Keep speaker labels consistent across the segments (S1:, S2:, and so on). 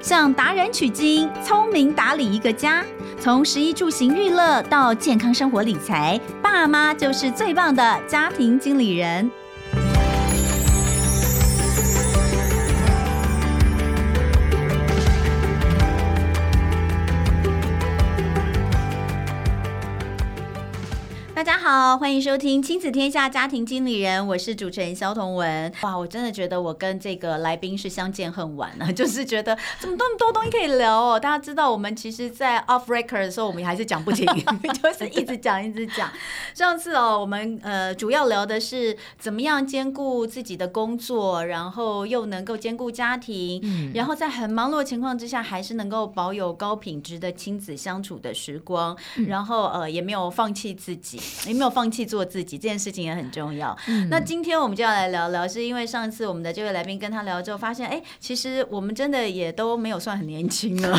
S1: 向达人取经，聪明打理一个家。从食衣住行娱乐到健康生活理财，爸妈就是最棒的家庭经理人。大家好，欢迎收听《亲子天下家庭经理人》，我是主持人肖同文。哇，我真的觉得我跟这个来宾是相见恨晚啊， 就是觉得怎么这么多东西可以聊哦。大家知道，我们其实，在 off record 的时候，我们还是讲不 停，就是一直讲一直讲。 上次哦，我们呃主要聊的是怎么样兼顾自己的工作，然后又能够兼顾家庭，然后在很忙碌的情况之下，还是能够保有高品质的亲子相处的时光，然后呃也没有放弃自己。 也没有放弃做自己，这件事情也很重要。那今天我们就要来聊聊，是因为上次我们的这位来宾跟他聊之后，发现哎、其实我们真的也都没有算很年轻了，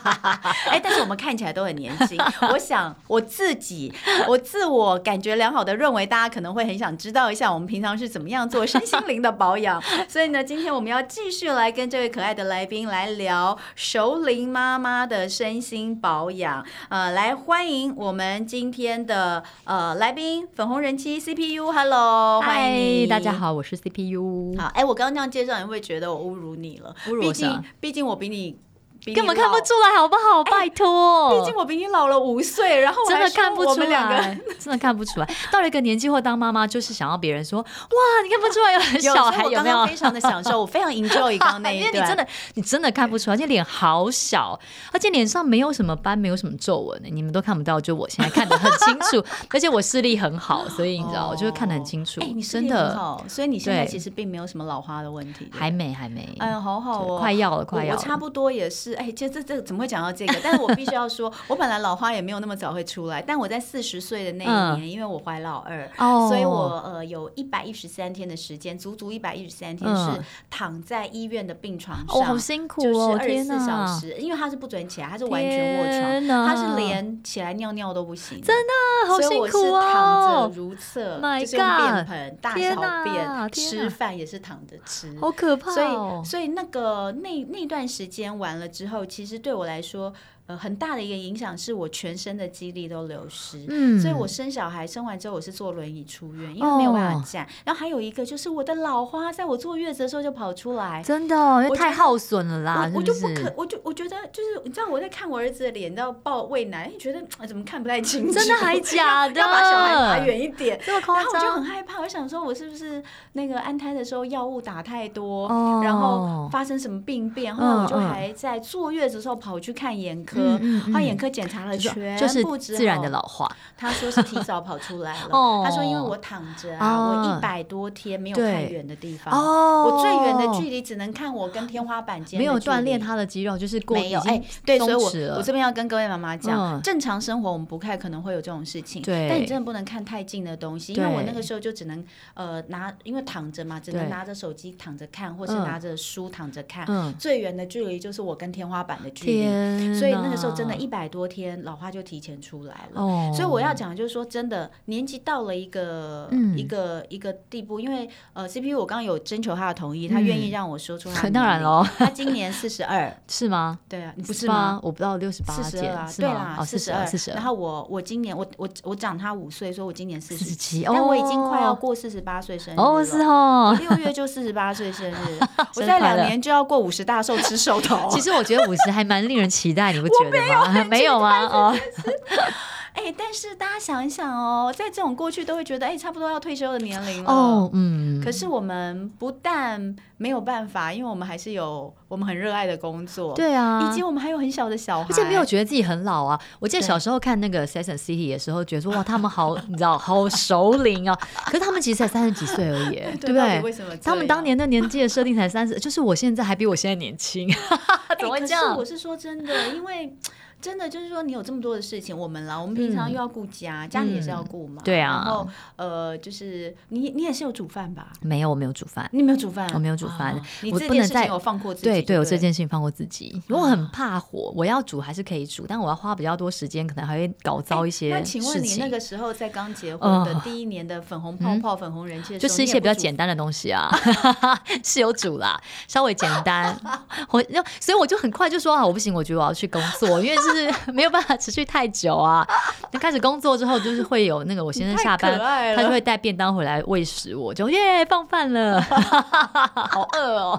S1: 哎、但是我们看起来都很年轻。我想我自己，我自我感觉良好的认为，大家可能会很想知道一下我们平常是怎么样做身心灵的保养。所以呢，今天我们要继续来跟这位可爱的来宾来聊熟龄妈妈的身心保养。呃，来欢迎我们今天的呃来宾，粉红人妻 CPU，Hello，欢迎你
S2: 大家。好，我是 CPU。
S1: 好，哎，我刚刚这样介绍，你会觉得我侮辱你了，
S2: 侮辱
S1: 毕
S2: 我啥
S1: 竟，毕竟我比你，比你
S2: 根本看不
S1: 老
S2: 出来，好不好？拜托，
S1: 哎毕竟我比你老了五岁，然后我
S2: 真
S1: 还
S2: 的
S1: 说
S2: 看不
S1: 我
S2: 出
S1: 们两个
S2: 来， 真的看不出来。到了一个年纪后，当妈妈就是想要别人说：“哇，你看不出来有很
S1: 有所
S2: 小
S1: 以
S2: 孩
S1: 我
S2: 有
S1: 刚
S2: 没有
S1: 刚非常的享受，我非 常 enjoy 刚刚？”那一
S2: 因
S1: 段，哎
S2: 为你真的，你真的看不出来，而且脸好小，而且脸上没有什么斑，没有什么皱纹，你们都看不到，就我现在看得很清 楚，而且我视力很好，所以你知道，我就会看得很清楚。
S1: 哎，你视
S2: 真
S1: 力很
S2: 的
S1: 好，所以你现在
S2: 对
S1: 其实并没有什么老花的问题，
S2: 还没，还没，
S1: 哎呀，好好
S2: 对
S1: 哦，
S2: 快要了，
S1: 我
S2: 快要
S1: 我差
S2: 了。
S1: 不多也是，哎，这这这怎么会讲到这个？但是我必须要说，我本来老花也没有那么早会出来，但我在四十岁的那一
S2: 嗯
S1: 年，因为我怀老二。
S2: 哦
S1: 所以我呃有一百一十三天的时间，足足一百一十三天
S2: 嗯
S1: 是躺在医院的病床上，
S2: 哦，好辛苦
S1: 就是
S2: 哦，
S1: 二十
S2: 天
S1: 四小
S2: 哪！
S1: 时，因为他是不准起来，他是完全卧
S2: 天
S1: 床，
S2: 哪
S1: 他是连起来尿尿都不行，真的，
S2: 啊，好
S1: 所以
S2: 辛
S1: 我是
S2: 苦
S1: 躺
S2: 哦
S1: 着，如厕
S2: My
S1: 就是用便
S2: God
S1: 盆、大
S2: 天
S1: 小
S2: 哪
S1: 便、
S2: 天
S1: 吃
S2: 哪
S1: 饭也是躺着吃，
S2: 好可怕
S1: 所
S2: 哦
S1: 以，！所以那个那那段时间完了之后，其实对我来说，呃，很大的一个影响是我全身的肌力都流失。
S2: 嗯
S1: 所以我生小孩，生完之后我是坐轮椅出院，因为没有办法
S2: 哦
S1: 站。然后还有一个就是我的老花，在我坐月子的时候就跑出来。
S2: 真的哦，因
S1: 我
S2: 为
S1: 觉
S2: 太
S1: 得
S2: 耗损了啦，
S1: 我我
S2: 啊是
S1: 就
S2: 不
S1: 不
S2: 是
S1: 可，我就我觉得就是你知道我在看我儿子的脸到抱喂奶，觉得呃怎么看不太清楚，
S2: 真 的还假的？
S1: 要把小孩拿远一点。
S2: 这么
S1: 然
S2: 夸
S1: 后我就很
S2: 张？
S1: 害怕，我想说，我是不是那个安胎的时候药物打太多，
S2: 哦
S1: 然后发生什么病变？后来我就
S2: 嗯嗯
S1: 还在坐月子的时候跑去看眼科，
S2: 嗯嗯
S1: 后来眼科检查了
S2: 就
S1: 全
S2: 是
S1: 部
S2: 就
S1: 之
S2: 是
S1: 后
S2: 自然的老化，
S1: 他说是提早跑出来了。
S2: 哦
S1: 他说因为我躺着啊，我
S2: 哦
S1: 一百多天没有看
S2: 对
S1: 远的地方，
S2: 哦
S1: 我最远的距离只能看我跟天花板间的
S2: 没有
S1: 距离
S2: 锻炼他的肌肉，就是过
S1: 没有
S2: 已经
S1: 哎、对，所以
S2: 松弛
S1: 我
S2: 了
S1: 我这边要跟各位妈妈讲，
S2: 嗯
S1: 正常生活我们不太可能会有这种事情，
S2: 对
S1: 但你真的不能看太近的东西，因为
S2: 对
S1: 我那个时候就只能呃拿，因为躺着嘛，只能
S2: 对
S1: 拿着手机躺着看，或是
S2: 嗯
S1: 拿着书躺着看，
S2: 嗯
S1: 最远的距离就是我跟天花板的距离。
S2: 天，
S1: 所以那个时候真的，一百多天，老花就提前出来了。
S2: 哦，
S1: 所以我要讲的就是说，真的年纪到了一个、
S2: 嗯
S1: 一个一个地步，因为呃，CPU 我刚刚有征求他的同意，他愿意让我说出他的
S2: 嗯 当然
S1: 年龄
S2: 咯，
S1: 他今年四十二，
S2: 是吗？
S1: 对啊，你不
S2: 不
S1: 是吗？？
S2: 我不到六十八
S1: 四十
S2: 减
S1: 二啊，
S2: 是
S1: 对
S2: 吗
S1: 啦，
S2: 哦，
S1: 四
S2: 十
S1: 二，
S2: 四十
S1: 然
S2: 二，
S1: 后我我今年我我我长他五岁，所以我今年四
S2: 四
S1: 十
S2: 十，七，
S1: 但我已经
S2: 哦
S1: 快要过四十八岁生日
S2: 哦，
S1: 了。
S2: 是哦。
S1: 六月就四十八岁生 日，我
S2: 生日
S1: 在
S2: 快
S1: 两
S2: 乐
S1: 年就要过五十大寿吃寿哦桃。
S2: 其实我觉得五十还蛮令人期待，你不觉得吗？ 没有吗？哦，
S1: 哎，但是大家想一想哦，在这种过去都会觉得哎，差不多要退休的年龄了。
S2: 哦，嗯，
S1: 可是我们不但没有办法，因为我们还是有我们很热爱的工作，，
S2: 对啊，
S1: 以及我们还有很小的小孩，
S2: 而且没有觉得自己很老啊！我记得
S1: 对
S2: 小时候看那个《Sex and City》的时候，觉得说哇，他们好， 你知道，好熟龄啊！可是他们其实才三十几岁而已， 对不
S1: 到底为
S2: 对？
S1: 什么这
S2: 他们
S1: 样
S2: 当年的年纪的设定才 三十，就是我现在还比我现在年轻，
S1: 哎
S2: 怎么会
S1: 可是
S2: 这样
S1: 我是说真的，因为真的就是说，你有这么多的事情，我们啦，我们平常又要顾家，家里也是要顾嘛。
S2: 嗯对啊
S1: 然后呃，就是你你也是有煮饭吧？
S2: 没有，我没有煮饭。
S1: 你没有煮饭？
S2: 我没有煮饭
S1: 哦你
S2: 我
S1: 这
S2: 不
S1: 件
S2: 能
S1: 事情
S2: 在
S1: 有放过自己？
S2: 对
S1: 对啊
S2: 我
S1: 不
S2: 这件事情放过自己，因为我很怕火，我要煮还是可以煮，但我要花比较多时间，可能还会搞糟一些
S1: 哎那请问
S2: 事
S1: 你
S2: 情。
S1: 那个时候在刚结婚的
S2: 哦嗯
S1: 第一年的粉红泡泡、粉红人气的时
S2: 就
S1: 候，
S2: 吃一
S1: 你
S2: 些
S1: 也
S2: 比较
S1: 不煮
S2: 简单的东西啊， 是有煮啦，稍微简单。我那所以我就很快就说啊，我不行，我觉得我要去工作，因为就是没有办法持续太久啊。那开始工作之后，就是会有那个我先生
S1: 太
S2: 下班
S1: 可爱，了
S2: 他就会带便当回来喂食我，就耶放饭 了，好饿哦。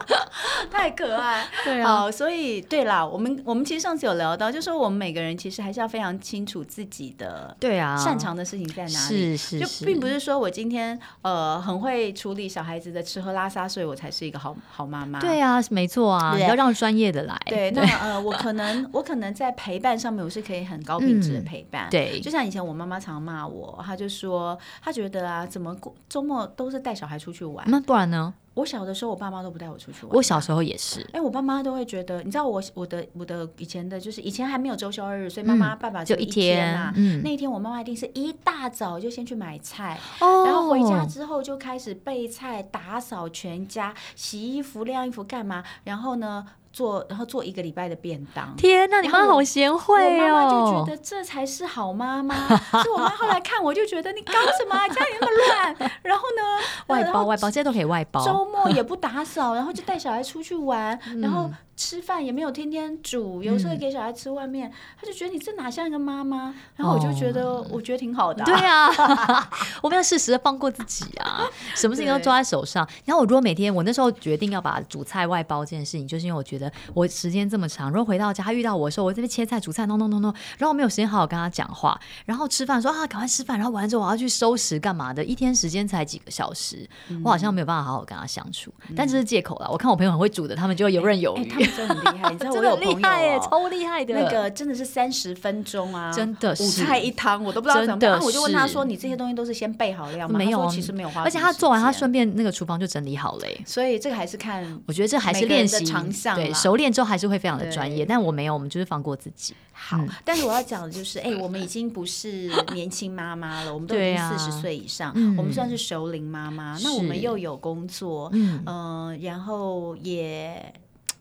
S1: 太可爱。
S2: 对啊
S1: 好，所以对啦，我们我们其实上次有聊到，就说我们每个人其实还是要非常清楚自己的
S2: 对啊，
S1: 擅长的事情在哪里。
S2: 是是，
S1: 就是并不是说我今天呃很会处理小孩子的吃喝拉撒，所以我才是一个好好妈妈。
S2: 对啊，没错啊，
S1: 对
S2: 你要让专业的来。
S1: 对，那呃，我可能我可能在陪伴上面，我是可以很高品质的陪伴。
S2: 嗯对
S1: 就像以前我妈妈常骂我，她就说她觉得啊，怎么过周末都是带小孩出去玩。
S2: 那不然呢？
S1: 我小的时候，我爸妈都不带我出去玩。
S2: 嗯我小时候也是，
S1: 哎、我爸妈都会觉得，你知道我我的我的以前的就是以前还没有周休二日，所以妈妈、爸爸只
S2: 嗯就
S1: 有一
S2: 一天
S1: 嘛。
S2: 嗯
S1: 那一天我妈妈一定是一大早就先去买菜，
S2: 哦
S1: 然后回家之后就开始备菜、打扫全家、洗衣服、晾衣服，干嘛？然后呢，做然后做一个礼拜的便当。
S2: 天呐，你
S1: 然后
S2: 妈
S1: 我
S2: 好贤
S1: 我
S2: 惠
S1: 妈妈就觉
S2: 哦！
S1: 得这才是好妈妈，所以我妈后来看我就觉得你搞什么、啊，家里那么 乱，然后呢，
S2: 外
S1: 然
S2: 包
S1: 后
S2: 外包，现在都可以外包。
S1: 周末也不打扫，然后就带小孩出去玩，
S2: 嗯
S1: 然后吃饭也没有天天煮，有时候给小孩吃外面，他就觉得你这哪像一个妈妈？然后我就觉得，我觉得挺好的、
S2: 哦对，啊， 我们要适时的放过自己啊，什么事情都抓在手上。然后我如果每天，我那时候决定要把煮菜外包这件事情，就是因为我觉得我时间这么长，如果回到家遇到我的时候，我这边切菜、煮菜，弄弄弄弄，然后我没有时间好好跟他讲话，然后吃饭说啊赶快吃饭，然后完之后我要去收拾干嘛的，一天时间才几个小时，
S1: 嗯
S2: 我好像没有办法好好跟他相处。但这是借口啦，我看我朋友很会煮的，他们就游刃有
S1: 哎、
S2: 余，
S1: 他们真的很厉害，你知道我
S2: 真的
S1: 有
S2: 很
S1: 朋友、
S2: 厉害耶，
S1: 哦。
S2: 超厉害的。
S1: 那个真的是三十分钟啊，
S2: 真的是
S1: 五菜一汤，我都不知道怎么办。
S2: 真的
S1: 然后我就问他
S2: 是
S1: 说：“你这些东西都是先备好料吗？”
S2: 没有
S1: 他
S2: 啊，
S1: 说其实没有花，
S2: 而且他做完，他，顺便那个厨房就整理好嘞、
S1: 所以这个还是看
S2: 我觉得这还是
S1: 每个人
S2: 练
S1: 的
S2: 习
S1: 长项啦
S2: 对，熟练之后还是会非常的专
S1: 对
S2: 业。但我没有，我们就是放过自己。
S1: 好，
S2: 嗯
S1: 但是我要讲的就是，哎、我们已经不是年轻妈妈了，我们都已
S2: 对
S1: 经
S2: 啊
S1: 四十岁以上，
S2: 嗯
S1: 我们算是熟龄妈妈。那我们又有工作，
S2: 嗯
S1: 嗯、然后也。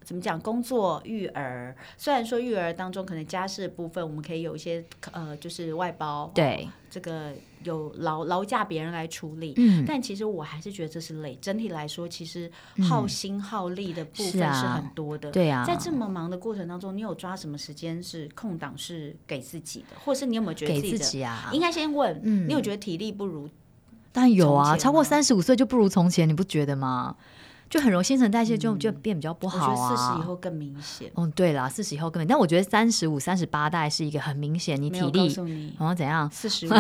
S1: 怎么讲？工作、育儿，虽然说育儿当中可能家事的部分，我们可以有一些呃，就是外包，
S2: 对，
S1: 这个有劳劳驾别人来处理。
S2: 嗯，
S1: 但其实我还是觉得这是累。整体来说，其实耗心耗力的部
S2: 是
S1: 分
S2: 啊
S1: 是很多的。
S2: 对啊
S1: 在这么忙的过程当中，你有抓什么时间是空档是给自己的，或是你有没有觉得
S2: 给
S1: 自己
S2: 自
S1: 的？
S2: 己啊，
S1: 应该先问，
S2: 嗯
S1: 你有觉得体力不如？
S2: 当然有
S1: 从
S2: 啊，
S1: 前
S2: 超过
S1: 吗
S2: 三十五岁就不如从前，你不觉得吗？就很容易新陈代谢就、就变比较不
S1: 嗯我觉
S2: 好
S1: 得
S2: 啊。
S1: 四十以后更明显。
S2: 嗯，对啦，四十以后根本，但我觉得三十五、三十八代是一个很明显，你
S1: 没
S2: 体
S1: 有告
S2: 力哦
S1: 诉你，
S2: 然后怎样？
S1: 四十五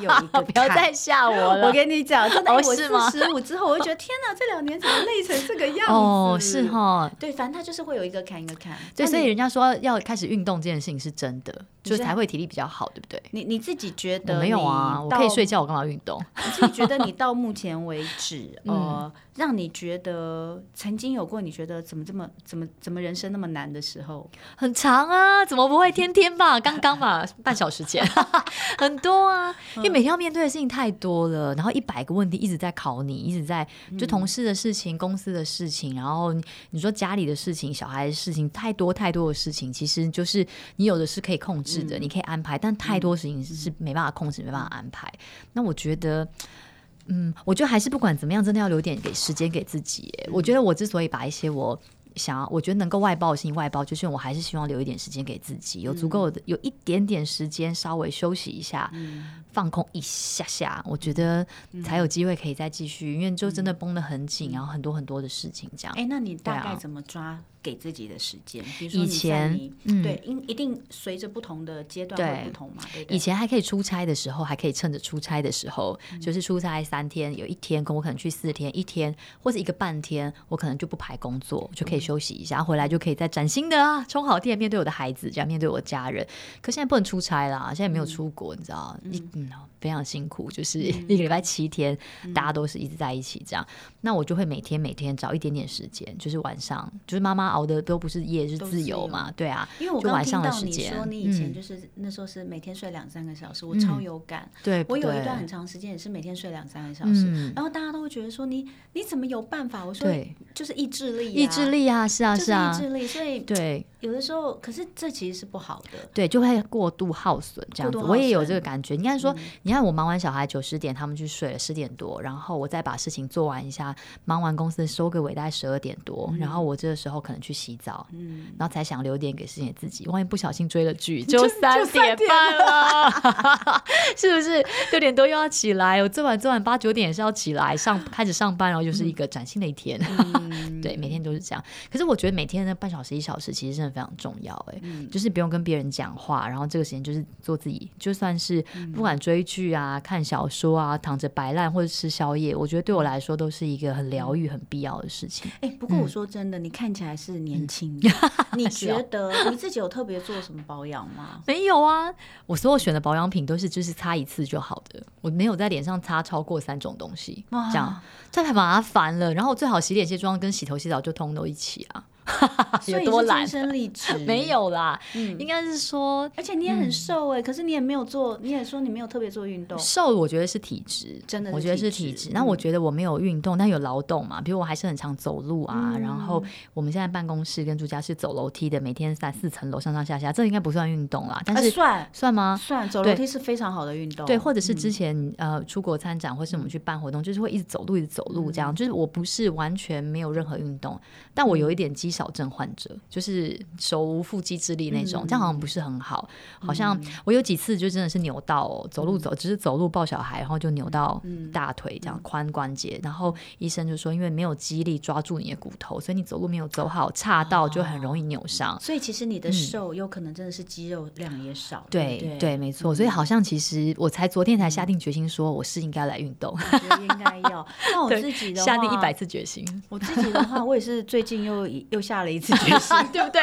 S1: 也有一个
S2: 不要
S1: 坎
S2: 再吓我 了
S1: 我。跟你讲，真的，
S2: 哦
S1: 哎我
S2: 是
S1: 四
S2: 吗
S1: 十五之后，我就觉得天哪，这两年怎么累成这个样子？
S2: 哦，是。哈，
S1: 对，反正他就是会有一个坎一个坎。
S2: 对，
S1: 那
S2: 所以
S1: 你
S2: 人家说要开始运动这件事情是真的，
S1: 你
S2: 就是才会体力比较好，对不对？
S1: 你你自己觉
S2: 我
S1: 得
S2: 没有啊，
S1: 你
S2: 我可以
S1: 到
S2: 睡觉，我干嘛运动？
S1: 你自己觉得你到目前为 止，
S2: 嗯
S1: 呃，让你觉得曾经有过你觉得怎么这么怎么怎么人生那么难的时候，
S2: 很长啊，怎么不会天天吧？刚刚吧，半小时前，很多啊，因为每天要面对的事情太多了，然后一百个问题一直在考你，一直在就同事的事情、公司的事情，然后你你说家里的事情、小孩的事情，太多太多的事情，其实就是你有的是可以控制的，你可以安排，但太多事情是没办法控制、没办法安排。那我觉得。嗯，我觉得还是不管怎么样，真的要留点给时间给自己耶。我觉得我之所以把一些我想要，我觉得能够外包的事情外包，就是因为我还是希望留一点时间给自己，有足够的有一点点时间稍微休息一下，放空一下下，我觉得才有机会可以再继续，因为就真的绷得很紧，然后很多很多的事情这样。
S1: 哎、那你大
S2: 对
S1: 概
S2: 啊
S1: 怎么抓给自己的时间？比如说
S2: 以
S1: 你在
S2: 前嗯
S1: 你对，因一定随着不同的阶段
S2: 对
S1: 会不同嘛，对不对？
S2: 以前还可以出差的时候，还可以趁着出差的时候，
S1: 嗯
S2: 就是出差三天，有一天跟我可能去四天，一天或者一个半天，我可能就不排工作，我就
S1: 嗯
S2: 可以休息一下，回来就可以再崭新的啊，充好电，面对我的孩子，这样面对我的家人。可现在不能出差啦，现在没有出国，你知道，一嗯，非常辛苦，就是
S1: 嗯
S2: 一个礼拜七天，大家都是一直在一起这样。那我就会每天每天找一点点时间，就是晚上，就是妈妈熬的都不是夜，是
S1: 都
S2: 自
S1: 自
S2: 由
S1: 由
S2: 嘛，对啊，
S1: 因为我
S2: 就
S1: 刚
S2: 晚
S1: 刚听
S2: 上的
S1: 到
S2: 时
S1: 你
S2: 间
S1: 说，你以前
S2: 嗯
S1: 就是那时候是每天睡两三个小时，我超有感。
S2: 对，
S1: 我有一段
S2: 对
S1: 很长时间也是每天睡两三个小时，
S2: 嗯
S1: 然后大家都会觉得说你你怎么有办法？我说
S2: 对
S1: 就是意志力、
S2: 意志、力啊，是啊，
S1: 就是
S2: 是啊
S1: 意，志力。所以
S2: 对。
S1: 有的时候，可是这其实是不好的。
S2: 对，就会过度耗损这样
S1: 过
S2: 子。
S1: 度
S2: 我也
S1: 耗
S2: 有
S1: 损嗯
S2: 这个感觉。你看说，你看我忙完小孩九十点，他们去睡了十点多，然后我再把事情做完一下，忙完公司收个尾大概十二点多，然后我这个时候可能去洗澡，
S1: 嗯，
S2: 然后才想留点给事情自己，万一不小心追了剧， 就
S1: 就
S2: 三点半了， 是不是？六点多又要起来，我做完做完八九点也是要起来上开始上班，然后又是一个崭新的一天。 对，每天都是这样。可是我觉得每天的半小时一小时其实真的非常重要、哎、就是不用跟别人讲话，然后这个时间就是做自己，就算是不管追剧啊、看小说啊、躺着摆烂或者吃宵夜，我觉得对我来说都是一个很疗愈、很必要的事情。
S1: 哎、不过我说真的，你看起来是年轻 的，你觉得你自己有特别做什么保养吗？
S2: 没有啊，我所有选的保养品都是就是擦一次就好的，我没有在脸上擦超过三种东西，
S1: 哇
S2: 这样这太麻烦了。然后我最好洗脸卸妆跟洗头洗澡就通都一起啊，
S1: 所
S2: 有
S1: 以
S2: 多
S1: 你是
S2: 懒
S1: 天？生 丽质
S2: 没，有啦，
S1: 嗯
S2: 应该是说
S1: 而且你也很瘦哎、可是你也没有做，你也说你没有特别做运动，
S2: 瘦，我觉得是体质，
S1: 真的是
S2: 我觉得是
S1: 体
S2: 体
S1: 质嗯
S2: 质。那我觉得我没有运动，但有劳动嘛，比如我还是很常走路啊。然后
S1: 嗯
S2: 我们现在办公室跟住家是走楼梯的，每天三四层楼上上下下，这应该不算运动啦，但
S1: 哎
S2: 是
S1: 算
S2: 算吗？
S1: 算走楼
S2: 对
S1: 梯是非常好的运动，
S2: 对，或者是之前、呃出国参展，或是我们去办活动，就是会一直走路，一直走路这样。就是我不是完全没有任何运动，但我有一点肌少症患者，就是手无缚鸡之力那种，这样好像不是很好。好像我有几次就真的是扭到、哦，走路走，只是走路抱小孩，然后就扭到大腿这样髋关节，然后医生就说因为没有肌力抓住你的骨头，所以你走路没有走好，岔到就很容易扭伤。
S1: 所以其实你的瘦有可能真的是肌肉量也少，
S2: 嗯对
S1: 不对，
S2: 对，没错。所以好像其实我才昨天才下定决心说，我是应该来运动，
S1: 我觉得应该要。 那我
S2: 对
S1: 自己的话，
S2: 下定一百次决心，
S1: 我自己的话，我也是最近又又下了一次决 心。
S2: 对不对？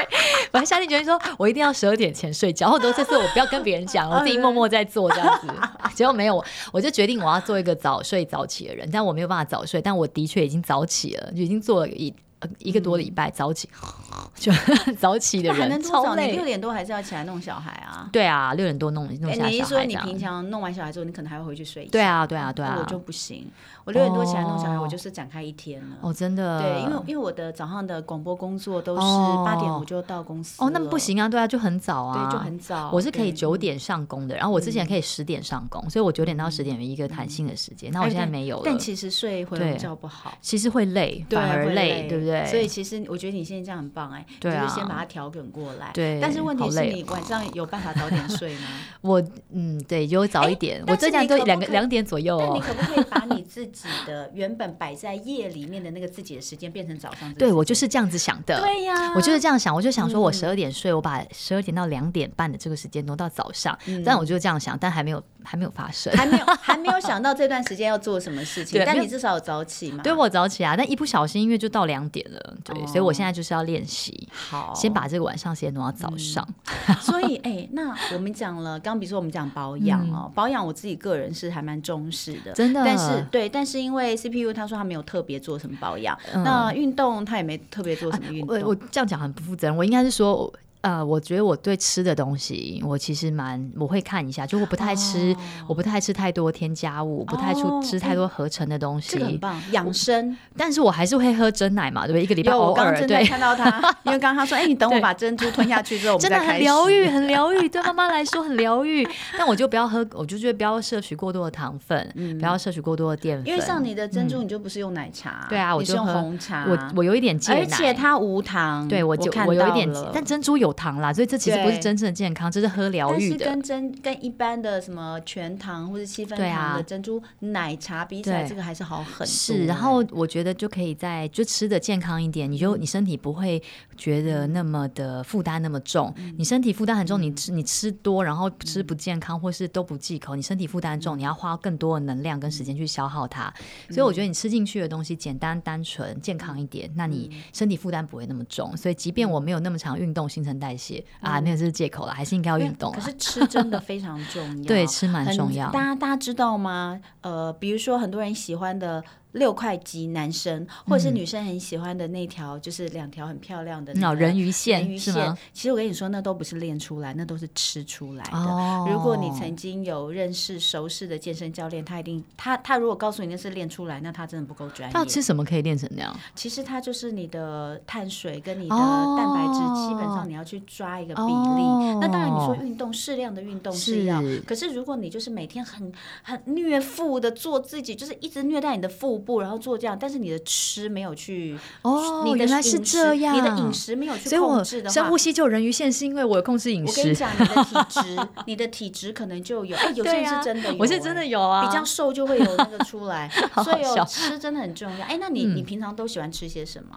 S2: 我还下定决心说，我一定要十二点前睡 觉，或者这次我不要跟别人讲，
S1: 哦
S2: 我自己默默在做这样子。 结果没有，我我就决定我要做一个早睡早起的人，但我没有办法早睡，但我的确已经早起了，已经做了一。呃一个多礼拜早起， 就早起 的
S1: 那还
S2: 人
S1: 能多
S2: 超
S1: 早？你
S2: 累
S1: 六。点多还是要起来弄小孩啊？
S2: 对啊，六点多弄弄
S1: 哎，
S2: 下
S1: 你一
S2: 小
S1: 说
S2: 孩这
S1: 你
S2: 样。
S1: 平常弄完小孩之后，你可能还会回去睡一觉。
S2: 对啊，对啊，对
S1: 那
S2: 啊
S1: 我。就不行，我六点多起来弄小孩，
S2: 哦
S1: 我就是展开一天了。
S2: 哦，真的。
S1: 对，因为因为我的早上的广播工作都是
S2: 哦
S1: 八点我就到公司
S2: 哦，那么不
S1: 了，
S2: 行啊，对啊，就很早啊，
S1: 对，就很早。
S2: 我是可以
S1: 哦对嗯
S2: 九点上工的，然后我之前可以十点上工，所以我九点到十点有一个弹性的时间。那我
S1: 哎
S2: 现在
S1: 但
S2: 没有了，
S1: 但其实睡回笼
S2: 对
S1: 觉不好。
S2: 其实会累，
S1: 对
S2: 反而
S1: 会
S2: 累，对不对？
S1: 所以其实我觉得你现在这样很棒哎、
S2: 对啊
S1: 你就是先把它调整过来。
S2: 对
S1: 但是问题
S2: 好
S1: 是
S2: 累
S1: 你晚上有办法早点睡 吗？
S2: 我嗯，对，有早一点，我
S1: 哎但
S2: 最
S1: 是
S2: 近
S1: 你
S2: 都
S1: 可不
S2: 两个
S1: 可
S2: 两点左右
S1: 但你
S2: 哦。
S1: 可不可以把你自己的原本摆在夜里面的那个自己的时间变成早上这个时间？
S2: 对，我就是这样子想的。
S1: 对啊嗯呀、
S2: 我就是这样想，我就想说，我十二点睡，我把十二点到两点半的这个时间挪到早上，
S1: 嗯
S2: 但我就这样想，但还没有还没有 发生。
S1: 还没有还没有想到这段时间要做什么事情，
S2: 对
S1: 但
S2: 没有
S1: 你至少有早起嘛。
S2: 对，我早起啊，但一不小心因为就到两点了，对，所以我
S1: 哦
S2: 现在就是要练习，
S1: 好，嗯
S2: 先把这个晚上时间挪到早上。
S1: 所以，哎、那我们讲了，刚比如说我们讲保养哦、
S2: 嗯
S1: 保养我自己个人是还蛮重视的，
S2: 真的
S1: 但是对，但是因为 CPU 他说他没有特别做什么保养，那运动他也没特别做什么运动。
S2: 嗯啊我我这样讲很不负责任，我应该是说。呃，我觉得我对吃的东西，我其实蛮我会看一下，就我不太吃，我不太吃太多添加物，不太出
S1: 哦
S2: 吃太多合成的东西。
S1: 这个很棒，养生。
S2: 但是我还是会喝真奶嘛，对不对？一个礼拜
S1: 有，
S2: 偶
S1: 我刚刚
S2: 尔，
S1: 正在
S2: 对，
S1: 看到他， 因为刚刚他说：“哎、你等我
S2: 对
S1: 把珍珠吞下去之后，我们
S2: 真的
S1: 再开
S2: 很
S1: 始。”
S2: 疗愈，很疗愈，对妈妈来说很疗愈。但我就不要喝，我就觉得不要摄取过多的糖分，不要摄取过多的淀粉，
S1: 嗯
S2: 嗯
S1: 因为像你的珍珠，你就不是用奶茶，
S2: 对啊，我
S1: 你是
S2: 就
S1: 用
S2: 喝
S1: 红茶，
S2: 我我有一点戒奶，
S1: 啊而且它无糖。
S2: 对我
S1: 我
S2: 就
S1: 看
S2: 我有一
S1: 到
S2: 点戒
S1: 了，
S2: 但珍珠有糖啦，所以这其实不是
S1: 对
S2: 真正的健康，这是喝疗
S1: 但
S2: 愈
S1: 是
S2: 的。
S1: 跟真跟一般的什么全糖或者七分
S2: 对
S1: 糖
S2: 啊
S1: 的珍珠奶茶比起来，
S2: 对
S1: 这个还是好很多。欸
S2: 是，然后我觉得就可以在就吃的健康一点，
S1: 嗯
S2: 你就你身体不会觉得那么的负担那么重。
S1: 嗯
S2: 你身体负担很重，你吃你吃多，然后吃不健康或是都不忌口，你身体负担
S1: 嗯
S2: 重，你要花更多的能量跟时间去消耗它。所以我觉
S1: 嗯
S2: 得你吃进去的东西简
S1: 嗯
S2: 单单纯、健康一点，那你身体负担不会那么重。所以即便我没有那么长运动，新陈代谢啊，那个是借口了，还是应该要运动
S1: 嗯可
S2: 啊。
S1: 是吃真 的非常重要，
S2: 对，吃蛮
S1: 很
S2: 重要
S1: 大。家大家知道吗？呃，比如说很多人喜欢的六块肌，男生或者
S2: 嗯
S1: 是女生很喜欢的那条，就是两条很漂亮的那
S2: 那
S1: 个
S2: 嗯哦人鱼
S1: 人鱼
S2: 线是
S1: 线
S2: 吗？。
S1: 其实我跟你说，那都不是练出来，那都是吃出来的。
S2: 哦
S1: 如果你曾经有认识熟识的健身教练，他一定他他如果告诉你那是练出来，那他真的不够专
S2: 他要
S1: 业。
S2: 吃什么可以练成那样？
S1: 其实它就是你的碳水跟你的
S2: 哦
S1: 蛋白质，基本上你要去抓一个比例。
S2: 哦
S1: 那当然，你说运动适量的运动是
S2: 是
S1: 要，可是如果你就是每天很很虐腹的做自己，就是一直虐待你的腹部，然后做这样，但是你的吃没有去
S2: 哦
S1: 你的
S2: 原来是
S1: 饮食
S2: 这
S1: 你的
S2: 样
S1: 饮食没有去
S2: 所以我
S1: 控制的
S2: 深
S1: 话
S2: 呼。吸就有人鱼线，是因为我有控制饮
S1: 我跟你
S2: 食。
S1: 讲，你的体 质，你的体质可能就有，哎，有些
S2: 对
S1: 人
S2: 啊
S1: 是真的有、 欸哎
S2: 我是真的有啊
S1: 比较瘦就会有那个出来，
S2: 好
S1: 所以哦
S2: 笑嗯
S1: 吃真的很重要。哎，那你、你平常都喜欢吃些什么？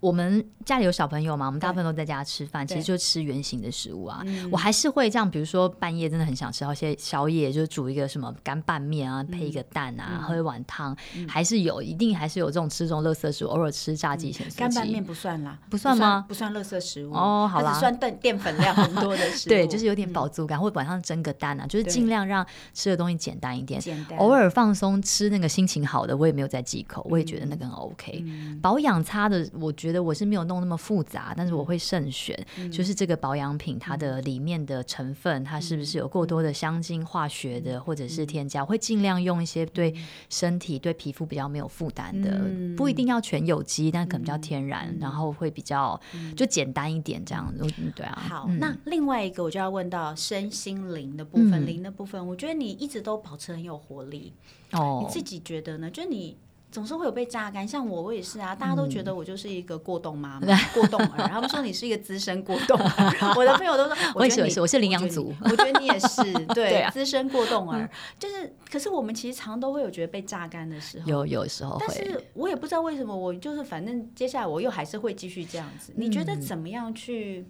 S2: 我们家里有小朋友嘛，我们大部分都在家吃饭，其实就吃原形的食物啊。
S1: 嗯
S2: 我还是会这样，比如说半夜真的很想吃到一些宵夜，就煮一个什么干拌面啊，
S1: 嗯
S2: 配一个蛋啊，喝一碗汤，还是有一定还是有这种吃这种垃圾食物，偶尔吃炸鸡、咸酥鸡。
S1: 嗯干拌面不算啦，不
S2: 算吗
S1: 不算垃圾食物
S2: 哦好
S1: 它只
S2: 啦
S1: 算淀淀粉量很多的食物。
S2: 对，就是有点饱足感，或者晚上蒸个蛋啊，就是
S1: 对
S2: 尽量让吃的东西简单一点。
S1: 简单
S2: 偶尔放松吃那个心情好的，我也没有在忌口，我也觉得那个
S1: 嗯
S2: 很 OK。保养擦的，我觉得我是没有弄那么复杂，但是我会慎选，
S1: 嗯
S2: 就是这个保养品它的里面的成分，它是不是有过多的香精、化学
S1: 嗯
S2: 的或者是添加，我会尽量用一些对身体、对皮肤比较没有负担的，
S1: 嗯
S2: 不一定要全有机，但可能比较天然，然后会比较就简单一点这样。我对啊，
S1: 嗯好，
S2: 嗯
S1: 那另外一个我就要问到身心灵的部分，
S2: 嗯
S1: 灵的部分，我觉得你一直都保持很有活力，
S2: 哦
S1: 你自己觉得呢？就你。总是会有被榨干，像我，我也是啊。大家都
S2: 嗯
S1: 觉得我就是一个过动妈妈、 过动儿，他们说你是一个资深过动儿。 我的朋友 都说，
S2: 啊我也是
S1: 觉得
S2: 我
S1: 你
S2: 也是我是领养
S1: 觉得
S2: 族
S1: 你 我觉得你也是，
S2: 对
S1: 对，
S2: 啊
S1: 资深过动儿。就是，可是我们其实常都会有觉得被榨干的时候。
S2: 有有时候
S1: 但
S2: 哦会。
S1: 是我也不知道为什么，我就是反正接下来我又还是会继续这样子。你觉得
S2: 嗯
S1: 怎么样去？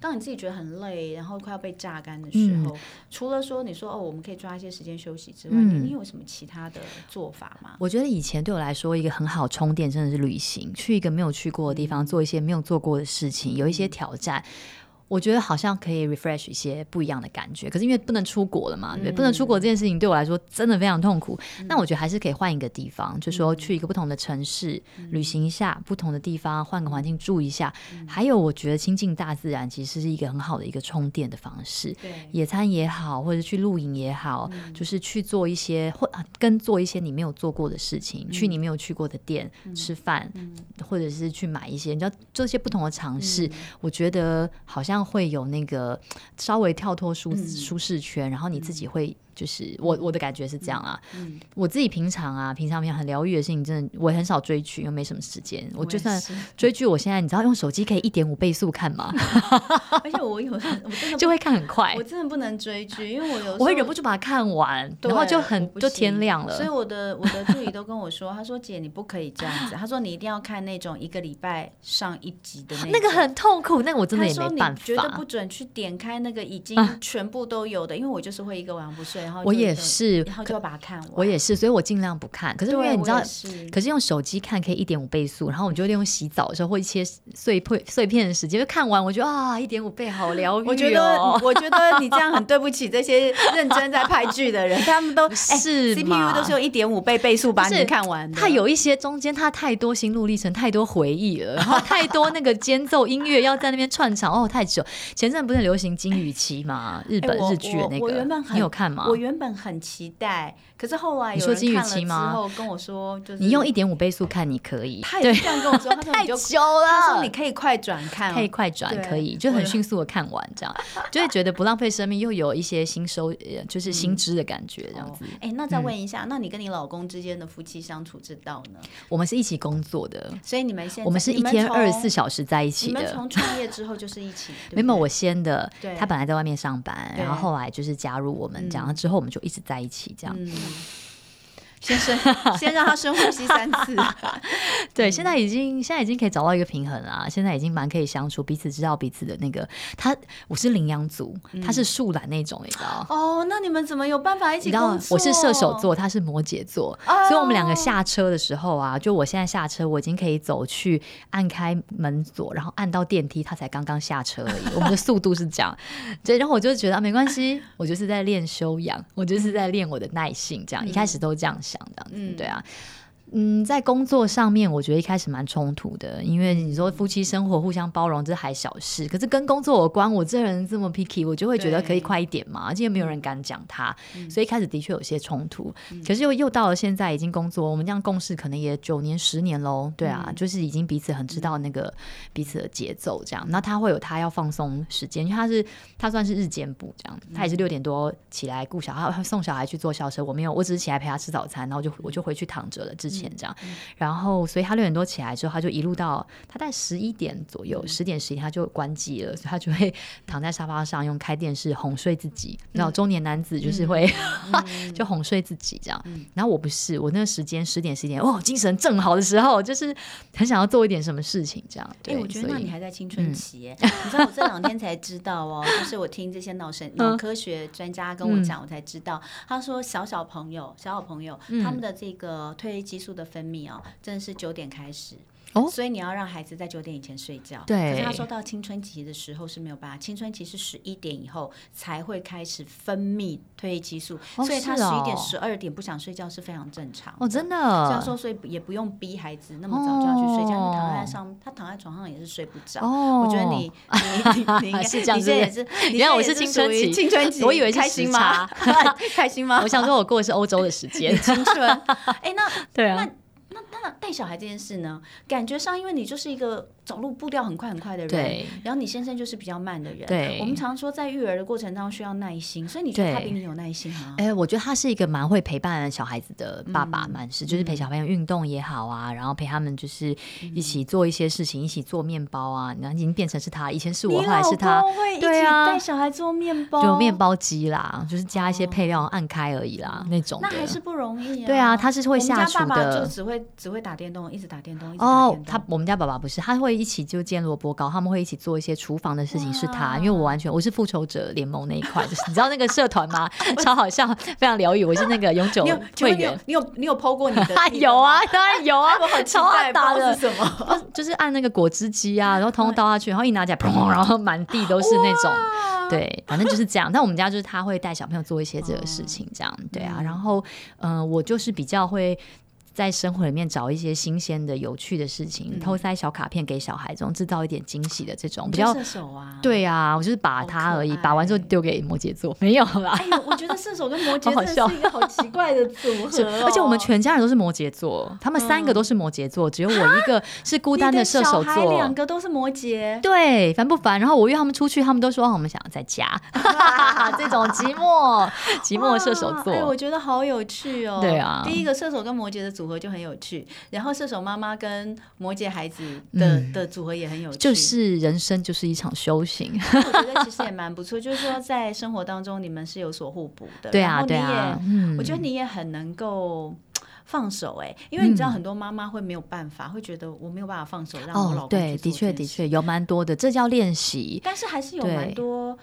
S1: 当你自己觉得很累，然后快要被榨干的时
S2: 嗯
S1: 候，除了说你说哦，我们可以抓一些时间休息之外，
S2: 嗯
S1: 你你有什么其他的做法吗？
S2: 我觉得以前对我来说，一个很好充电真的是旅行，去一个没有去过的地方，做一些没有做过的事情，有一些挑战。我觉得好像可以 refresh 一些不一样的感觉，可是因为不能出国了嘛，对，不能出国这件事情对我来说真的非常痛苦。那我觉得还是可以换一个地方，就说去一个不同的城市、旅行一下，不同的地方换个环境住一下。还有，我觉得亲近大自然其实是一个很好的一个充电的方式。
S1: 对，
S2: 野餐也好，或者去露营也好，
S1: 嗯
S2: 就是去做一些或啊跟做一些你没有做过的事
S1: 嗯
S2: 情，去你没有去过的店、吃饭，或者是去买一些，你知道做一些不同的尝
S1: 嗯
S2: 试，我觉得好像会有那个稍微跳脱舒、
S1: 嗯
S2: 舒适圈，然后你自己会。就是我我的感觉是这样啊，
S1: 嗯
S2: 我自己平常啊，平常平常很疗愈的事情，真的我很少追剧，因为没什么时间。我就
S1: 也
S2: 算
S1: 是
S2: 追剧，我现在你知道用手机可以一点五倍速看 嘛，
S1: 而且我有，我真的
S2: 就
S1: 会，
S2: 会看很快
S1: 我。真的不能追剧，因为我有时候
S2: 哎我会忍不住把它看完，
S1: 对
S2: 然后就
S1: 我
S2: 很
S1: 不
S2: 就
S1: 行
S2: 天亮了
S1: 所以。我的我的助理都跟我说，他说姐你不可以这样子，他说你一定要看那种一个礼拜上一集的那
S2: 那个
S1: 种
S2: 很痛苦，那个我真的
S1: 他
S2: 也
S1: 说
S2: 没
S1: 你
S2: 办
S1: 绝对
S2: 法啊
S1: 不。准去点开那个已经全部都有的，因为我就是会一个晚上不睡，然后
S2: 我
S1: 就一
S2: 也
S1: 个，
S2: 是，
S1: 然后就要把它看完。
S2: 我也是，所以我尽量不看。可是
S1: 对，
S2: 因为你知道
S1: 我也，是
S2: 可是用手机看可以一点五倍速，然后我们就利用洗澡的时候或一些碎片碎片的时间，就看完，我觉得啊，一点五倍好疗愈、哦。
S1: 我觉得，嗯我觉得你这样很对不起这些认真在拍剧的人，他 们都哎
S2: 是
S1: CPU
S2: 嘛
S1: 都是用一点五倍倍速把
S2: 就
S1: 你
S2: 是
S1: 看完的。
S2: 它有一些中间它太多心路历程，太多回忆了，然后太多那个间奏音乐要在那边串场，哦，太久。前阵不是很流行金宇岐嘛，日
S1: 哎
S2: 本
S1: 我
S2: 日剧的那
S1: 我我原本
S2: 个，
S1: 很
S2: 你有看吗？
S1: 我原本很期待，可是后来
S2: 你
S1: 有
S2: 说
S1: 人
S2: 金宇
S1: 看了
S2: 岐
S1: 之
S2: 吗
S1: 后跟我说，就是
S2: 你用一，点五倍速看，你可以。
S1: 他也
S2: 对
S1: 是，这样跟我说， 他说你就
S2: 久了
S1: 他说你可以快转看，
S2: 可以快转，
S1: 对
S2: 可以就很迅速的看完，这样就会觉得不浪费生命，又有一些新收，呃就是新知的感觉，这样子。嗯
S1: 哦哎、那再问一下，那你跟你老公之间的夫妻相处之道呢？
S2: 我们是一起工作的，
S1: 所以你们现在
S2: 我们是一天二十四
S1: 小
S2: 小时在一
S1: 你
S2: 起
S1: 们
S2: 的。
S1: 从创业之后就是一 起，对不
S2: 没有，
S1: 对
S2: 我先的
S1: 对，
S2: 他本来在外面上班，
S1: 对
S2: 然后后来就是加入我们，这样之后我们就一直在一起，这样。
S1: 嗯，先深，先让他深呼吸三 次。
S2: 对，现在已经现在已经可以找到一个平衡
S1: 嗯
S2: 啦，现在已经蛮可以相处，彼此知道彼此的那个。他我是羚羊族，他
S1: 嗯
S2: 是树懒那种，你知道。
S1: 哦，那你们怎么有办法一
S2: 你
S1: 起
S2: 知道
S1: 工作？
S2: 我是射手，座，他是摩羯座，
S1: 哦
S2: 所以我们两个下车的时候啊，就我现在下车，我已经可以走去按开门锁，然后按到电梯，他才刚刚下车而已。 我们的速度是这样，对，然后我就觉得、啊、没关系，我就是在练修养，我就是在练我的耐性，这样、一开始都这样想，这样子，
S1: 嗯
S2: 对啊。嗯，在工作上面，我觉得一开始蛮冲突的，因为你说夫妻生活互相包容，这还小事。可是跟工作有关，我这人这么 picky，我就会觉得
S1: 对
S2: 可以快一点嘛，而且没有人敢讲他，所以一开始的确有些冲突。可是又又到了现在，已经工作，我们这样共事可能也九年、十年喽，对啊，就是已经彼此很知道那个彼此的节奏这样。那他会有他要放松时间，因为他是他算是日间部这样，他也
S1: 嗯
S2: 是六点多起来顾小孩，他送小孩去坐校车。我没有，我只是起来陪他吃早餐，然后就我就回去躺着了。之前
S1: 嗯
S2: 这样，然后所以他六点多起来之后，他就一路到他在十一点左
S1: 嗯
S2: 右，十点十一他就关机了，所以他就会躺在沙发上用开电视哄睡自己。
S1: 嗯
S2: 然后中年男子就是会、 就哄睡自己这样。
S1: 嗯
S2: 然后我不是，我那个时间十点十一点哦，精神正好的时候，就是很想要做一点什么事情这样。
S1: 哎、
S2: 对，
S1: 我觉得
S2: 所
S1: 那
S2: 以嗯
S1: 你还在青春期耶、你知道我这两天才知道哦，就是我听这些脑
S2: 嗯
S1: 神脑科学专家跟我讲，我才知道，他说小小朋友、小小朋友、他
S2: 嗯
S1: 们的这个褪黑激素的分泌哦，真的是九点开始。
S2: 哦
S1: 所以你要让孩子在九点以前睡觉。
S2: 对
S1: 可是他说到青春期的时候是没有办法，青春期是十一点以后才会开始分泌褪黑激素，
S2: 哦
S1: 所以他
S2: 是
S1: 十
S2: 哦
S1: 一点、十二点不想睡觉是非常正常
S2: 哦，真的，
S1: 这样说，所以也不用逼孩子那么早就要去睡觉，因为躺在上，他躺在床上也是睡不着。
S2: 哦
S1: 我觉得你 你你你应该
S2: 是这样
S1: 你现在也
S2: 是
S1: 是，你
S2: 原来我
S1: 现在
S2: 是
S1: 也
S2: 青春
S1: 属于
S2: 期
S1: 青春期，
S2: 我以为是
S1: 开心
S2: 时
S1: 吗
S2: 差？
S1: 开心吗？。
S2: 我想说我过的是欧洲的时间
S1: 青春。哎，那
S2: 对啊
S1: 那，那那带小孩这件事呢，感觉上因为你就是一个走路步调很快很快的人
S2: 对，
S1: 然后你先生就是比较慢的人。
S2: 对
S1: 我们常说在育儿的过程当中需要耐心，所以你觉得他
S2: 对
S1: 比你有耐心吗？
S2: 哎、我觉得他是一个蛮会陪伴小孩子的爸
S1: 嗯
S2: 爸，蛮、是就是陪小朋友运动也好啊，然后陪他们就是一起
S1: 嗯
S2: 做一些事情，一起做面包啊，然后已经变成是他，以前是我，
S1: 你
S2: 后来是他
S1: 老。哦公会一起
S2: 对啊
S1: 带小孩做面包，
S2: 就面包机啦，就是加一些配料按开而已啦，那种的。
S1: 哦那还是不容易、啊。
S2: 对啊他是会
S1: 我们家
S2: 下厨
S1: 爸爸
S2: 的
S1: 就只会只会打电动，一直打电动，一直打
S2: 哦
S1: 电，动。
S2: 他我们家爸爸不是，他会一起就煎萝卜糕，他们会一起做一些厨房的事情，是他，
S1: 哇
S2: 因为我完全我是复仇者联盟那一块，就是你知道那个社团 吗？超好笑，非常疗愈，我是那个永久
S1: 你有请
S2: 会
S1: 问你
S2: 员
S1: 有。你有你有剖过你的
S2: 啊，
S1: 地
S2: 有
S1: 方吗，
S2: 啊，当然有啊， 我很超爱打的，
S1: 什么？
S2: 不是就是按那个果汁机啊，然后通通倒下去，然后一拿起来，砰，然后满地都是那种，对，反正就是这样。但我们家就是他会带小朋友做一些这个事情，这样对啊。然后，嗯、我就是比较会。在生活里面找一些新鲜的、有趣的事
S1: 嗯
S2: 情，偷塞小卡片给小孩，这种制造一点惊喜的这种比
S1: 你就
S2: 较。
S1: 射手啊，。
S2: 对啊，我就是把
S1: 好
S2: 它
S1: 可
S2: 而已，
S1: 爱
S2: 把完之后丢给摩羯座，没有啦。
S1: 哎呦，我觉得射手跟摩羯
S2: 好好
S1: 真
S2: 笑
S1: 的是一个好奇怪的组合
S2: 是
S1: 哦、嗯
S2: 而且我们全家人都是摩羯座，他们三个都是摩羯座，只有我一个是孤单的射手
S1: 你的小孩
S2: 座。
S1: 两个都是摩羯，
S2: 对，烦不烦？然后我约他们出去，他们都说、哦、我们想要在家， 这种寂寞寂寞的射手座。
S1: 哇哎，我觉得好有趣哦。
S2: 对啊
S1: 第一个射手跟摩羯的组合就很有趣，然后射手妈妈跟摩羯孩子的、的组合也很有趣，
S2: 就是人生就是一场修行，
S1: 我觉得其实也蛮不错，就是说在生活当中你们是有所互补的。
S2: 对
S1: 然
S2: 啊
S1: 后你
S2: 对啊
S1: 也，
S2: 嗯
S1: 我觉得你也很能够。放手哎、因为你知道很多妈妈会没有办法，会觉得我没有办法放手让我老公
S2: 哦，
S1: 去
S2: 对，的
S1: 做这
S2: 确
S1: 件
S2: 的
S1: 事，
S2: 确有蛮多的，这叫练习。
S1: 但是还是有
S2: 对
S1: 蛮多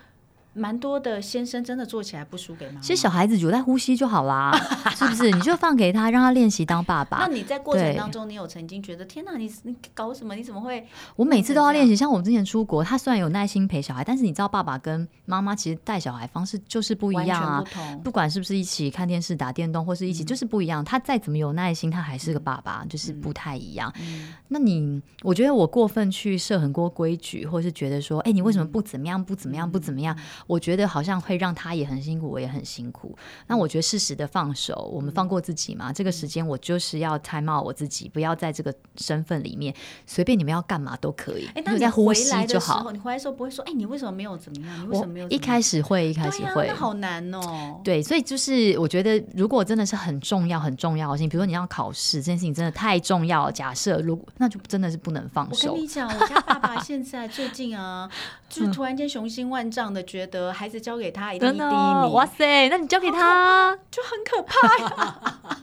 S1: 蛮多的先生真的做起来不输给妈妈。
S2: 其实小孩子有在呼吸就好啦，是不是？你就放给他，让他练习当爸
S1: 那
S2: 爸。
S1: 你在过程
S2: 对
S1: 当中，你有曾经觉得天哪，你你搞什么？你怎么会？
S2: 我每次都要练习，像我们之前出国，他虽然有耐心陪小孩，但是你知道，爸爸跟妈妈其实带小孩方式就是不一
S1: 完全
S2: 样啊，
S1: 不嗯同
S2: 不管是不是一起看电视、打电动，或是一起，就是不一样。他再怎么有耐心，他还是个爸爸，就是
S1: 嗯
S2: 不太一样。那你，我觉得我过分去设很多规矩，或是觉得说，哎、你为什么
S1: 嗯
S2: 不怎么样、不怎么样、不怎么样？我觉得好像会让他也很辛苦，我也很辛苦。那我觉得适时的放手，我
S1: 嗯
S2: 们放过自己嘛。这个时间我就是要 time out 我自己，不要在这个身份里面随便你们要干嘛都可以，
S1: 哎、那
S2: 我
S1: 你
S2: 在呼
S1: 回
S2: 吸
S1: 来
S2: 就
S1: 的时候，
S2: 好。
S1: 你回来的时候不会说，哎、你为什么没有怎么样？你为什
S2: 我
S1: 么没有怎么样？
S2: 一开始会，一开始
S1: 对呀、
S2: 会，
S1: 那好难哦。
S2: 对，所以就是我觉得，如果真的是很重要、很重要的事情，比如说你要考试这件事情，真的太重要了。假设如果那就真的是不能放
S1: 我
S2: 手
S1: 跟你。讲，我家爸爸现在最近啊，
S2: 嗯
S1: 就是突然间雄心万丈的觉得孩子交给他一定第一
S2: 哦
S1: 名，
S2: 哇塞！那你交给他，
S1: 就很可怕呀。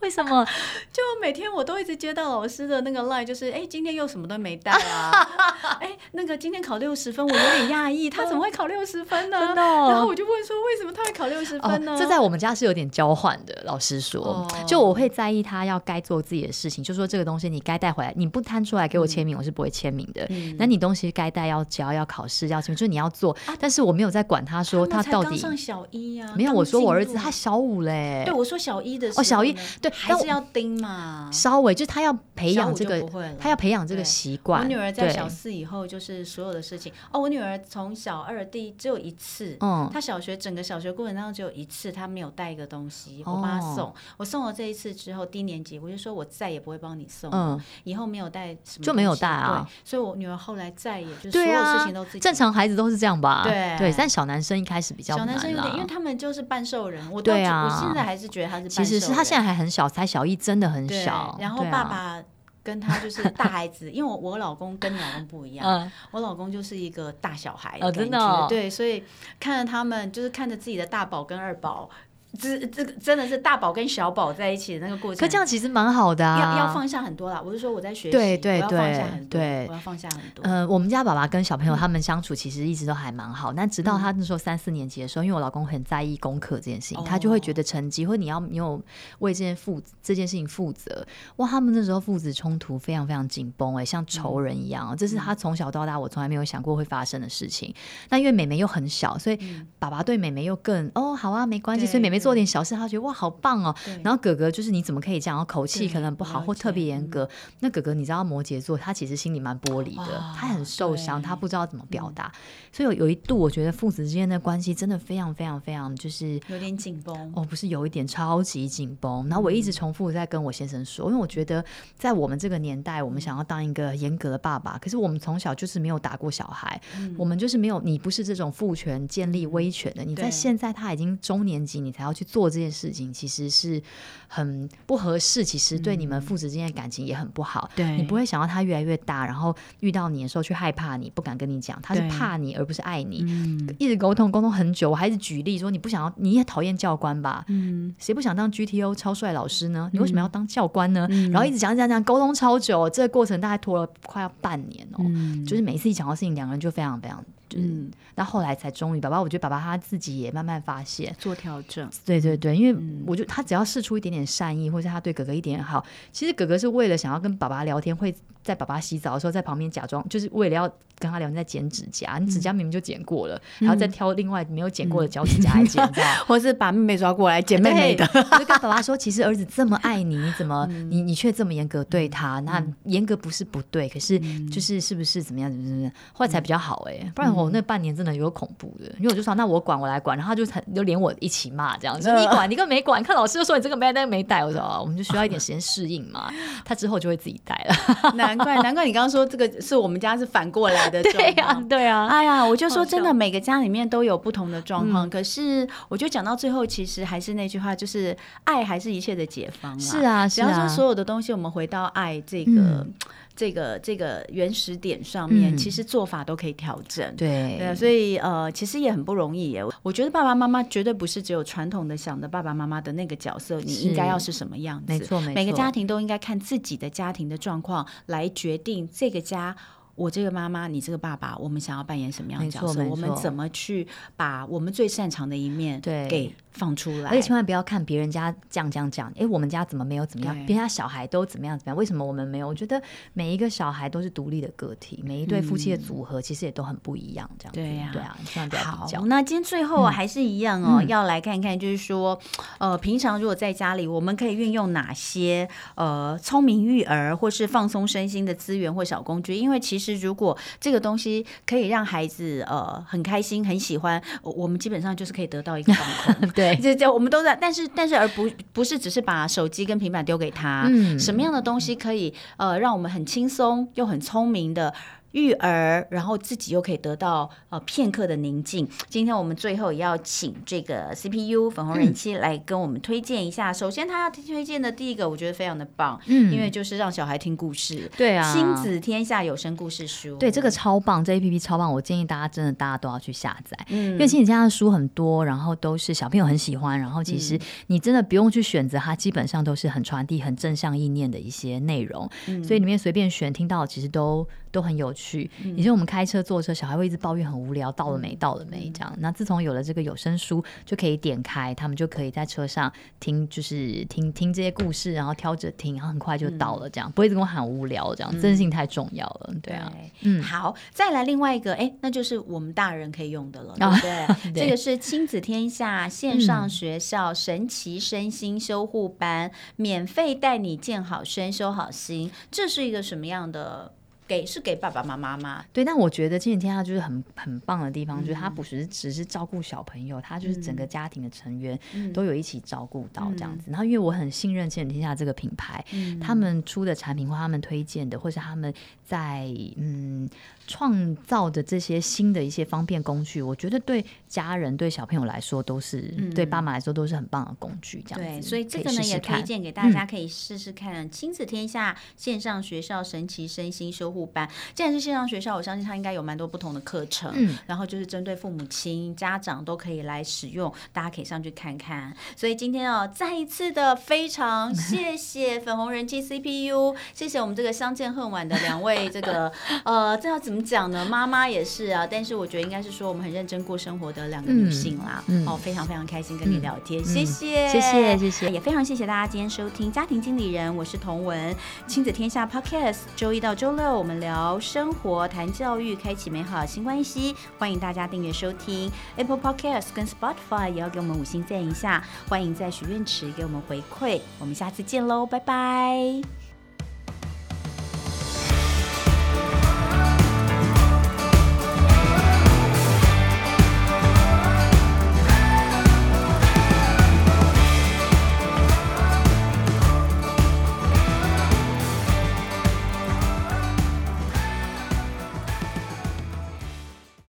S2: 为什么？
S1: 就每天我都一直接到老师的那个 line，就是哎、今天又什么都没带啊， 哎、那个今天考六十分，我有点讶异，他怎么会考六十分呢？
S2: 真的哦
S1: 然后我就问说，为什么他会考六十分呢？
S2: 这在我们家是有点交换的。老实说，
S1: 哦
S2: 就我会在意他要该做自己的事情，就说这个东西你该带回来，你不摊出来给我签名，我是不会签名的。
S1: 嗯哦
S2: 那你东西该带要交，要考试要签名，就是你要做，但是我没有在管他说
S1: 他们才
S2: 到
S1: 刚
S2: 底
S1: 上小一呀、啊，
S2: 没有。我说我儿
S1: 刚
S2: 子
S1: 进入
S2: 他小五嘞，
S1: 对我说小一的时
S2: 哦小一
S1: 候呢
S2: 对
S1: 还
S2: 但
S1: 是
S2: 我
S1: 要盯 嘛。
S2: 稍微就是他要培
S1: 小
S2: 养
S1: 五
S2: 这
S1: 就
S2: 个
S1: 不会了，
S2: 他要培养这个
S1: 对
S2: 习
S1: 我
S2: 惯。
S1: 女儿在
S2: 对
S1: 小四以后，就是所有的事情哦。我女儿从小二第只有一次，
S2: 嗯
S1: 她小学整个小学过程当中只有一次，她没有带一个东西，我帮她
S2: 哦
S1: 送。我送了这一次之后，低年级我就说我再也不会帮你送，
S2: 嗯，
S1: 以后没有带什么
S2: 就没有
S1: 东西
S2: 带啊。
S1: 对所以我女儿后来再也就是所
S2: 对
S1: 有
S2: 啊，
S1: 事情都自己
S2: 正。常孩子都是这样吧？
S1: 对
S2: 但小男生一开始比较
S1: 小
S2: 难
S1: 男生有点，因为
S2: 啦。
S1: 他们就是半兽人，我到
S2: 对啊
S1: 我现在还是觉得他是半兽
S2: 其
S1: 人。
S2: 实是他现在还很小，才小一，真的很
S1: 对
S2: 小。
S1: 然后
S2: 对
S1: 爸
S2: 啊，
S1: 爸跟他就是大孩子，因为我我老公跟你老公不一样，
S2: 嗯，
S1: 我老公就是一个大小孩
S2: 哦
S1: 感
S2: 真的
S1: 觉
S2: 哦
S1: 对，所以看着他们，就是看着自己的大宝跟二宝，这这个真的是大宝跟小宝在一起的那个过程。
S2: 可这样其实蛮好的
S1: 要
S2: 啊。
S1: 嗯要放下很多啦，我是说我在学习，
S2: 对对
S1: 我要放下
S2: 对
S1: 很多，
S2: 对
S1: 我要放下很多。
S2: 呃，我们家爸爸跟小朋
S1: 嗯
S2: 友他们相处其实一直都还蛮好，但直到他那时候三四年级的时候，因为我老公很在意功课这件事情，
S1: 哦
S2: 他就会觉得成绩或你要你有为这件负这件事情负责。哇，他们那时候父子冲突非常非常紧绷，哎，像
S1: 嗯
S2: 仇人一样哦、这是他从小到大我从来没有想过会发生的事情。那因为妹妹又很小，所以爸爸对妹妹又更哦好啊，没关
S1: 嗯
S2: 系，
S1: 对
S2: 所以妹
S1: 对
S2: 妹做点小事，他觉得哇好棒哦。
S1: 对
S2: 然后哥哥就是你怎么可以这样？然后口气
S1: 对
S2: 可能不好
S1: 了
S2: 或特别
S1: 解嗯
S2: 严格。那哥哥你知道摩羯座他其实心里蛮玻璃的
S1: 哇，
S2: 他很受伤，
S1: 对嗯
S2: 他不知道怎么表达，所以有有一度我觉得父子之间的关系真的非常非常非常就是。
S1: 有点紧绷，
S2: 哦，不是有一点超级紧绷，然后
S1: 嗯
S2: 我一直重复在跟我先生说，因为我觉得在我们这个年代，
S1: 嗯
S2: 我们想要当一个严格的爸爸，可是我们从小就是没有打过小孩，
S1: 嗯
S2: 我们就是没有，你不是这种父权建立威权的，你在
S1: 对
S2: 现在他已经中年级，你才要去做这件事情，其实是很不合适，其实对你们父子之间的感情也很不好，
S1: 嗯对
S2: 你不会想要他越来越大，然后遇到你的时候去害怕你，不敢跟你讲，他是
S1: 对
S2: 怕你而不是爱你，
S1: 嗯
S2: 一直沟通沟通很久，我还是举例说，你不想要，你也讨厌教官吧？
S1: 嗯，
S2: 谁不想当 GTO 超帅老师呢？你为什么要当教官呢？然后一直讲讲讲，沟通超久，这个过程大概拖了快要半年哦。就是每一次一讲到事情，两个人就非常非常，就是
S1: 嗯
S2: 那、后来才终于，爸爸，我觉得爸爸他自己也慢慢发现，
S1: 做调整，
S2: 对对对，因为我就他只要试出一点点善意，或是他对哥哥一点点好，其实哥哥是为了想要跟爸爸聊天，会在爸爸洗澡的时候在旁边假装，就是为了要跟他聊天在剪指甲，你指甲明明就剪过了，还要再挑另外没有剪过的脚趾甲来剪，你知道吗
S1: 或是把妹妹抓过来捡妹妹的，嗯
S2: 对，我就跟爸爸说，其实儿子这么爱你，你 怎么你你却这么严格对他？那严格不是不对，可是
S1: 嗯
S2: 就是是不是怎么样怎么样怎么样？后来才比较好哎、不然我那半年真的有恐怖的，因为我就说那我管我来管，然后他就才就连我一起骂这 样，说你管你跟没管，看老师就说你这个没带那个没带，我说哦，我们就需要一点时间适应嘛，他之后就会自己带了。
S1: 难怪难怪你刚刚说这个是我们家是反过来的
S2: 对啊
S1: 状
S2: 呀、
S1: 况，
S2: 对呀、
S1: 哎呀，我就说
S2: 好笑嗯
S1: 真的，每个家里面都有不同的状况。可是，我就讲到最后，其实还是那句话，就是爱还是一切的解放啦。
S2: 是啊
S1: 只
S2: 是
S1: 要
S2: 啊
S1: 说，所有的东西，我们回到爱这个、
S2: 嗯
S1: 这个、这个原始点上面，
S2: 嗯
S1: 其实做法都可以调整。对啊，
S2: 对
S1: 所以呃，其实也很不容易耶。我觉得爸爸妈妈绝对不是只有传统的想的爸爸妈妈的那个角色，你
S2: 是
S1: 应该要是什么样子。
S2: 没错没错
S1: 每个家庭都应该看自己的家庭的状况来决定这个家。我这个妈妈，你这个爸爸，我们想要扮演什么样的
S2: 没
S1: 角
S2: 错
S1: 色？
S2: 没
S1: 我们
S2: 错
S1: 怎么去把我们最擅长的一面
S2: 对
S1: 给放出来？
S2: 而且千万不要看别人家这样这样这样，哎，我们家怎么没有怎么样？
S1: 对
S2: 别人家小孩都怎么样怎么样？为什么我们没有？我觉得每一个小孩都是独立的个体，每一对夫妻的组合其实也都很不一样，这样子。
S1: 对呀
S2: 对啊，千万不要
S1: 好
S2: 比较，。
S1: 那今天最后啊还是一样哦，要来看看，就是说，呃，平常如果在家里，我们可以运用哪些呃聪明育儿或是放松身心的资源或小工具？因为其实如果这个东西可以让孩子呃很开心、很喜欢，我我们基本上就是可以得到一个放 空。
S2: 对，
S1: 这这我们都在，但是但是而不不是只是把手机跟平板丢给他，
S2: 嗯
S1: 什么样的东西可以呃让我们很轻松又很聪明的育儿，然后自己又可以得到呃片刻的宁静。今天我们最后也要请这个 CPU 粉红
S2: 嗯
S1: 人妻来跟我们推荐一下。首先，他要推荐的第一个，我觉得非常的棒，
S2: 嗯
S1: 因为就是让小孩听故事。
S2: 对啊
S1: 亲子天下有声故事书。
S2: 对，这个超棒，这 A P P 超棒，我建议大家真的大家都要去下载，
S1: 嗯
S2: 因为亲子天下的书很多，然后都是小朋友很喜欢，然后其实你真的不用去选择它，基本上都是很传递很正向意念的一些内容，所以里面随便选，听到其实都都很有趣。以前我们开车坐车，小孩会一直抱怨很无聊，到了没，到了没这样。那自从有了这个有声书，就可以点开，他们就可以在车上听，就是听听这些故事，然后挑着听，然后很快就到了，这样不会一直跟我喊无聊，这样真性太重要了，对啊。
S1: 嗯，好，再来另外一个，哎，那就是我们大人可以用的了，对
S2: 啊
S1: 不对？
S2: 对
S1: 这个是亲子天下线上学校神奇身心修护班，免费带你健好身、修好心，这是一个什么样的？给是给爸爸妈妈吗？
S2: 对，但我觉得亲子天下就是很很棒的地方，就是
S1: 嗯
S2: 他不是只是照顾小朋友，他就是整个家庭的成员
S1: 嗯
S2: 都有一起照顾到这样子。然后因为我很信任亲子天下这个品牌，
S1: 嗯
S2: 他们出的产品或他们推荐的，或是他们在嗯创造的这些新的一些方便工具，我觉得对家人、对小朋友来说都是，对爸妈来说都是很棒的工具。这样子，
S1: 嗯对，所以这
S2: 可
S1: 个呢
S2: 试试
S1: 也推
S2: 看嗯
S1: 荐给大家，可以试试看亲子天下线上学校神奇身心修护班。既然是线上学校，我相信它应该有蛮多不同的课程，
S2: 嗯
S1: 然后就是针对父母亲、家长都可以来使用，大家可以上去看看。所以今天哦，再一次的非常谢谢粉红人气 CPU，谢谢我们这个相见恨晚的两位这个呃，这要怎么讲呢？妈妈也是啊，但是我觉得应该是说我们很认真过生活的两个女
S2: 嗯
S1: 性啦。
S2: 嗯
S1: 哦，非常非常开心跟你
S2: 嗯
S1: 聊天，
S2: 嗯
S1: 谢谢。哎
S2: 谢谢谢谢
S1: 也非常谢谢大家今天收听《家庭经理人》，我是童文，亲子天下 Podcast，周一到周六我们聊生活、谈教育，开启美好新关系，欢迎大家订阅收听 Apple Podcast 跟 Spotify，也要给我们五星赞一下，欢迎在许愿池给我们回馈，我们下次见喽，拜拜。